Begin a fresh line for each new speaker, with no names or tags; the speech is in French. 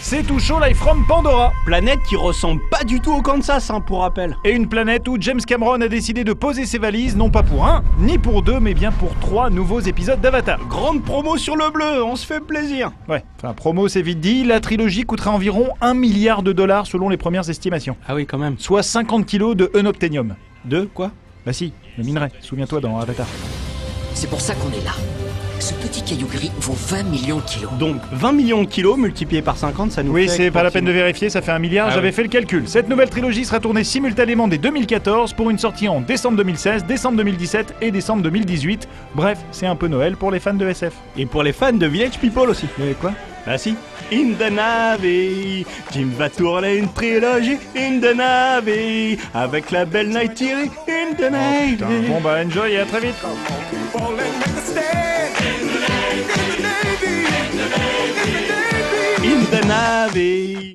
C'est tout chaud live from Pandora.
Planète qui ressemble pas du tout au Kansas, hein, pour rappel.
Et une planète où James Cameron a décidé de poser ses valises, non pas pour un, ni pour deux, mais bien pour trois nouveaux épisodes d'Avatar.
Grande promo sur le bleu, on se fait plaisir.
Ouais, enfin promo c'est vite dit, la trilogie coûtera environ 1 milliard de dollars selon les premières estimations.
Ah oui, quand même.
Soit 50 kilos de unobtainium.
Deux, quoi
Bah si, le minerai, souviens-toi dans Avatar.
C'est pour ça qu'on est là. Ce petit caillou gris vaut 20 millions de kilos.
Donc 20 millions de kilos multipliés par 50, ça nous
Oui,
fait
c'est pas la peine de
quantité-
vérifier, ça fait un milliard,
Ah
j'avais
oui.
fait le calcul. Cette nouvelle trilogie sera tournée simultanément dès 2014 pour une sortie en décembre 2016, décembre 2017 et décembre 2018. Bref, c'est un peu Noël pour les fans de SF.
Et pour les fans de Village People aussi.
Mais quoi
Bah si. In the Navy, Jim va tourner une trilogie. In the Navy, avec la belle Night Thierry. In
Oh,
the Navy.
Bon bah enjoy et à très vite
Fall and make a stand. In the Navy. In the Navy. In the Navy.
In the Navy.